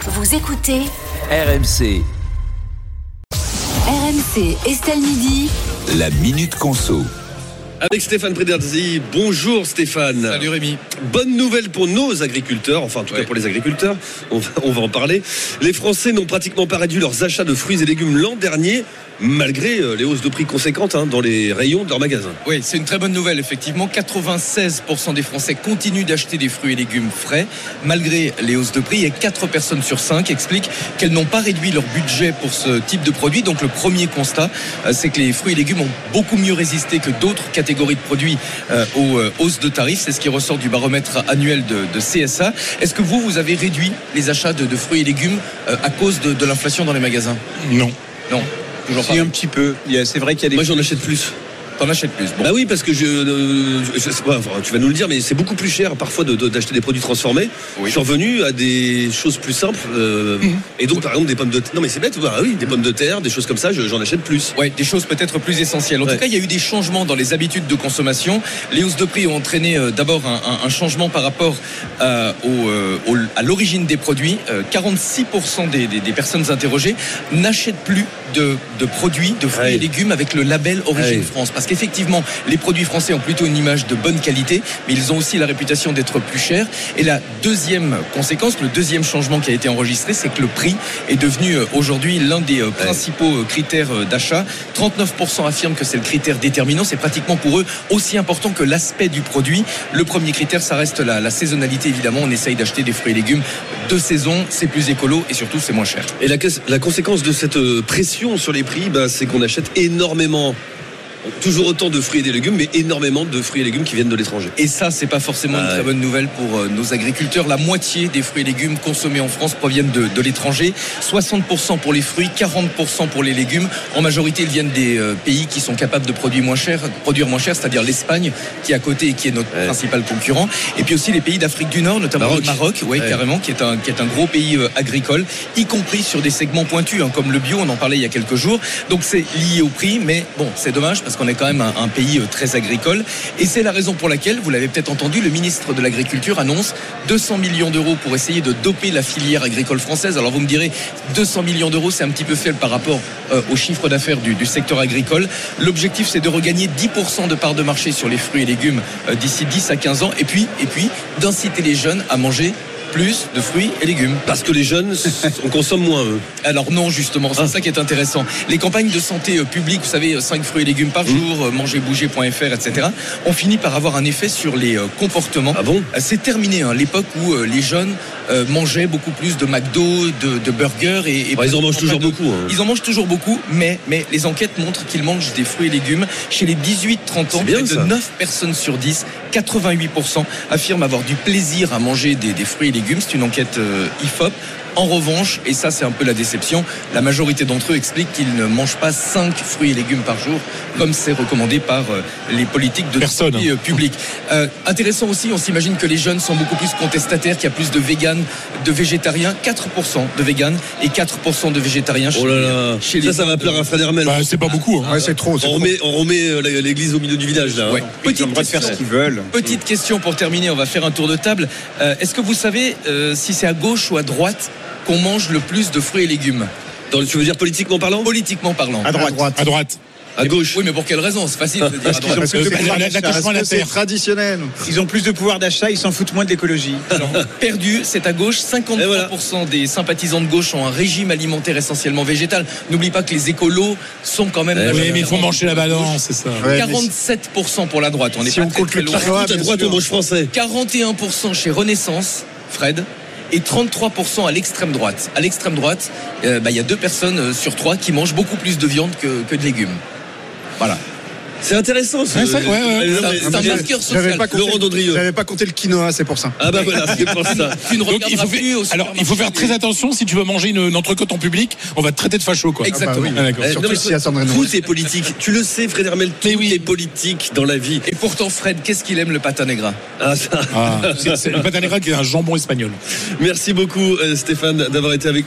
Vous écoutez RMC, RMC Estelle Midi. La Minute Conso. Avec Stéphane Prederzi. Bonjour Stéphane. Salut Rémi. Bonne nouvelle pour nos agriculteurs, enfin en tout cas Ouais. pour les agriculteurs, on va, on va en parler. Les Français n'ont pratiquement pas réduit leurs achats de fruits et légumes l'an dernier, malgré euh, les hausses de prix conséquentes hein, dans les rayons de leurs magasins. Oui, c'est une très bonne nouvelle, effectivement. 96% des Français continuent d'acheter des fruits et légumes frais, malgré les hausses de prix. Et 4 personnes sur 5 expliquent qu'elles n'ont pas réduit leur budget pour ce type de produit. Donc le premier constat, euh, c'est que les fruits et légumes ont beaucoup mieux résisté que d'autres catégories de produits euh, aux euh, hausses de tarifs. C'est ce qui ressort du baromètre annuel de, de CSA. Est-ce que vous, vous avez réduit les achats de, de fruits et légumes euh, à cause de, de l'inflation dans les magasins Non. Non, toujours pas. Si, un petit peu. Il Euh, y a- C'est vrai qu'il y a des. Moi j'en achète plus. T'en achètes plus. Bon. Bah oui, parce que je, euh, je- je sais pas, enfin, tu vas nous le dire, mais c'est beaucoup plus cher parfois de- de- d'acheter des produits transformés. Oui. Je suis revenu à des choses plus simples. euh, Mhm. Et donc par exemple des pommes de terre. Non mais c'est bête, bah oui, des pommes de terre, des choses comme ça, je- j'en achète plus. Ouais, des choses peut-être plus essentielles. En Ouais. tout cas, il y a eu des changements dans les habitudes de consommation. Les hausses de prix ont entraîné euh, d'abord un, un- un changement par rapport euh, au, euh, au- à l'origine des produits. Euh, 46% des, des- des personnes interrogées n'achètent plus de, de produits, de fruits Ouais. et légumes avec le label Origine Ouais. France. Parce qu'effectivement, les produits français ont plutôt une image de bonne qualité, mais ils ont aussi la réputation d'être plus chers. Et la deuxième conséquence, le deuxième changement qui a été enregistré, c'est que le prix est devenu euh, aujourd'hui l'un des euh, principaux euh, critères euh, d'achat. 39% affirment que c'est le critère déterminant. C'est pratiquement pour eux aussi important que l'aspect du produit. Le premier critère, ça reste la, la saisonnalité. Évidemment, on essaye d'acheter des fruits et légumes de saison. C'est plus écolo et surtout, c'est moins cher. Et la, caisse- la conséquence de cette euh, pression sur les prix, bah, c'est qu'on achète énormément, toujours autant de fruits et des légumes, mais énormément de fruits et légumes qui viennent de l'étranger. Et ça, c'est pas forcément Ah une ouais. très bonne nouvelle pour euh, nos agriculteurs. La moitié des fruits et légumes consommés en France proviennent de, de l'étranger. 60% pour les fruits, 40% pour les légumes. En majorité, ils viennent des euh, pays qui sont capables de produire moins cher, produire moins cher, c'est-à-dire l'Espagne, qui est à côté et qui est notre Ouais. principal concurrent. Et puis aussi les pays d'Afrique du Nord, notamment Maroc. le Maroc, ouais, Ouais. carrément, qui est un qui est un gros pays euh, agricole, y compris sur des segments pointus hein, comme le bio. On en parlait il y a quelques jours. Donc c'est lié au prix, mais bon, c'est dommage parce qu'on est quand même un, un pays euh, très agricole. Et c'est la raison pour laquelle, vous l'avez peut-être entendu, le ministre de l'Agriculture annonce 200 millions d'euros pour essayer de doper la filière agricole française. Alors vous me direz, 200 millions d'euros, c'est un petit peu faible par rapport euh, au chiffre d'affaires du, du secteur agricole. L'objectif, c'est de regagner 10% de part de marché sur les fruits et légumes euh, d'ici 10 à 15 ans. Et puis, et puis, d'inciter les jeunes à manger plus de fruits et légumes. Parce que les jeunes, on consomme moins, eux. Alors non, justement, c'est ça qui est intéressant. Les campagnes de santé euh, publique, vous savez, 5 fruits et légumes par jour, euh, mangerbouger.fr, etc., ont fini par avoir un effet sur les euh, comportements. Ah bon Euh, C'est terminé, hein, l'époque où euh, les jeunes euh, mangeaient beaucoup plus de McDo, de, de burgers et... et Bah, Ils en mangent toujours beaucoup. hein. Ils en mangent toujours beaucoup, mais, mais les enquêtes montrent qu'ils mangent des fruits et légumes. Chez les 18-30 ans, C'est bien, près de ça. 9 personnes sur 10, 88% affirment avoir du plaisir à manger des, des fruits et légumes. C'est une enquête euh, IFOP. En revanche, et ça c'est un peu la déception, la majorité d'entre eux expliquent qu'ils ne mangent pas 5 fruits et légumes par jour, comme c'est recommandé par euh, les politiques de Personne. santé, euh, publique. Euh, intéressant aussi, on s'imagine que les jeunes sont beaucoup plus contestataires, qu'il y a plus de véganes, de végétariens, 4% de véganes et 4% de végétariens chez Oh les- là là. chez Ça, les- ça va plaire à Fred Hermel. Bah, c'est pas beaucoup. hein. Ah. c'est trop. on, remet, on remet, euh, la- l'église au milieu du village, là. hein. Ouais. Ils ont Petite, le droit de question, faire ce qu'ils veulent. Mm. petite question pour terminer, on va faire un tour de table. Euh, Est-ce que vous savez euh, si c'est à gauche ou à droite qu'on mange le plus de fruits et légumes Dans le- tu veux dire politiquement parlant Politiquement parlant. À droite. À droite. À gauche. Oui, mais pour quelle raison C'est facile de dire à droite. euh, Parce que c'est la- la- l'attachement à la c'est terre. traditionnel. Ils ont plus de pouvoir d'achat, ils s'en foutent moins de l'écologie. Perdu, c'est à gauche. 53% Et voilà. des sympathisants de gauche ont un régime alimentaire essentiellement végétal. N'oublie pas que les écolos sont quand même. Eh Oui, Ah, mais il faut manger la balance, c'est ça. Ouais, mais 47% pour la droite. On est Si pas on très, compte très le loin. quinoa, Tout à bien droite, sûr. on mange français. 41% chez Renaissance, Fred, et 33% à l'extrême droite. À l'extrême droite, euh, bah, il y a deux personnes euh, sur trois qui mangent beaucoup plus de viande que, que de légumes. Voilà. C'est intéressant, ce- Ouais, ça- ouais, ouais. Non, mais- C'est un marqueur J'avais social. pas compté. Laurent Daudrieux. J'avais pas compté le quinoa, c'est pour ça. Ah bah voilà, c'est pour ça. Tu ne Donc, il regarderas faut, plus au faire, alors, il faut faire supermarché très attention si tu veux manger une, une entrecôte en public, on va te traiter de facho quoi. Exactement. Ah, d'accord. Euh, Eh, Surtout non, mais si il y a Sandrine tout Rousseau. est politique. Tu le sais, Fred Hermel, tout Mais oui. est politique dans la vie. des- Et pourtant, Fred, qu'est-ce qu'il aime le pâte à negra Ah, ça- Ah, c'est- c'est- le pâte à negra qui est un jambon espagnol. Merci beaucoup, euh, Stéphane, d'avoir été avec nous.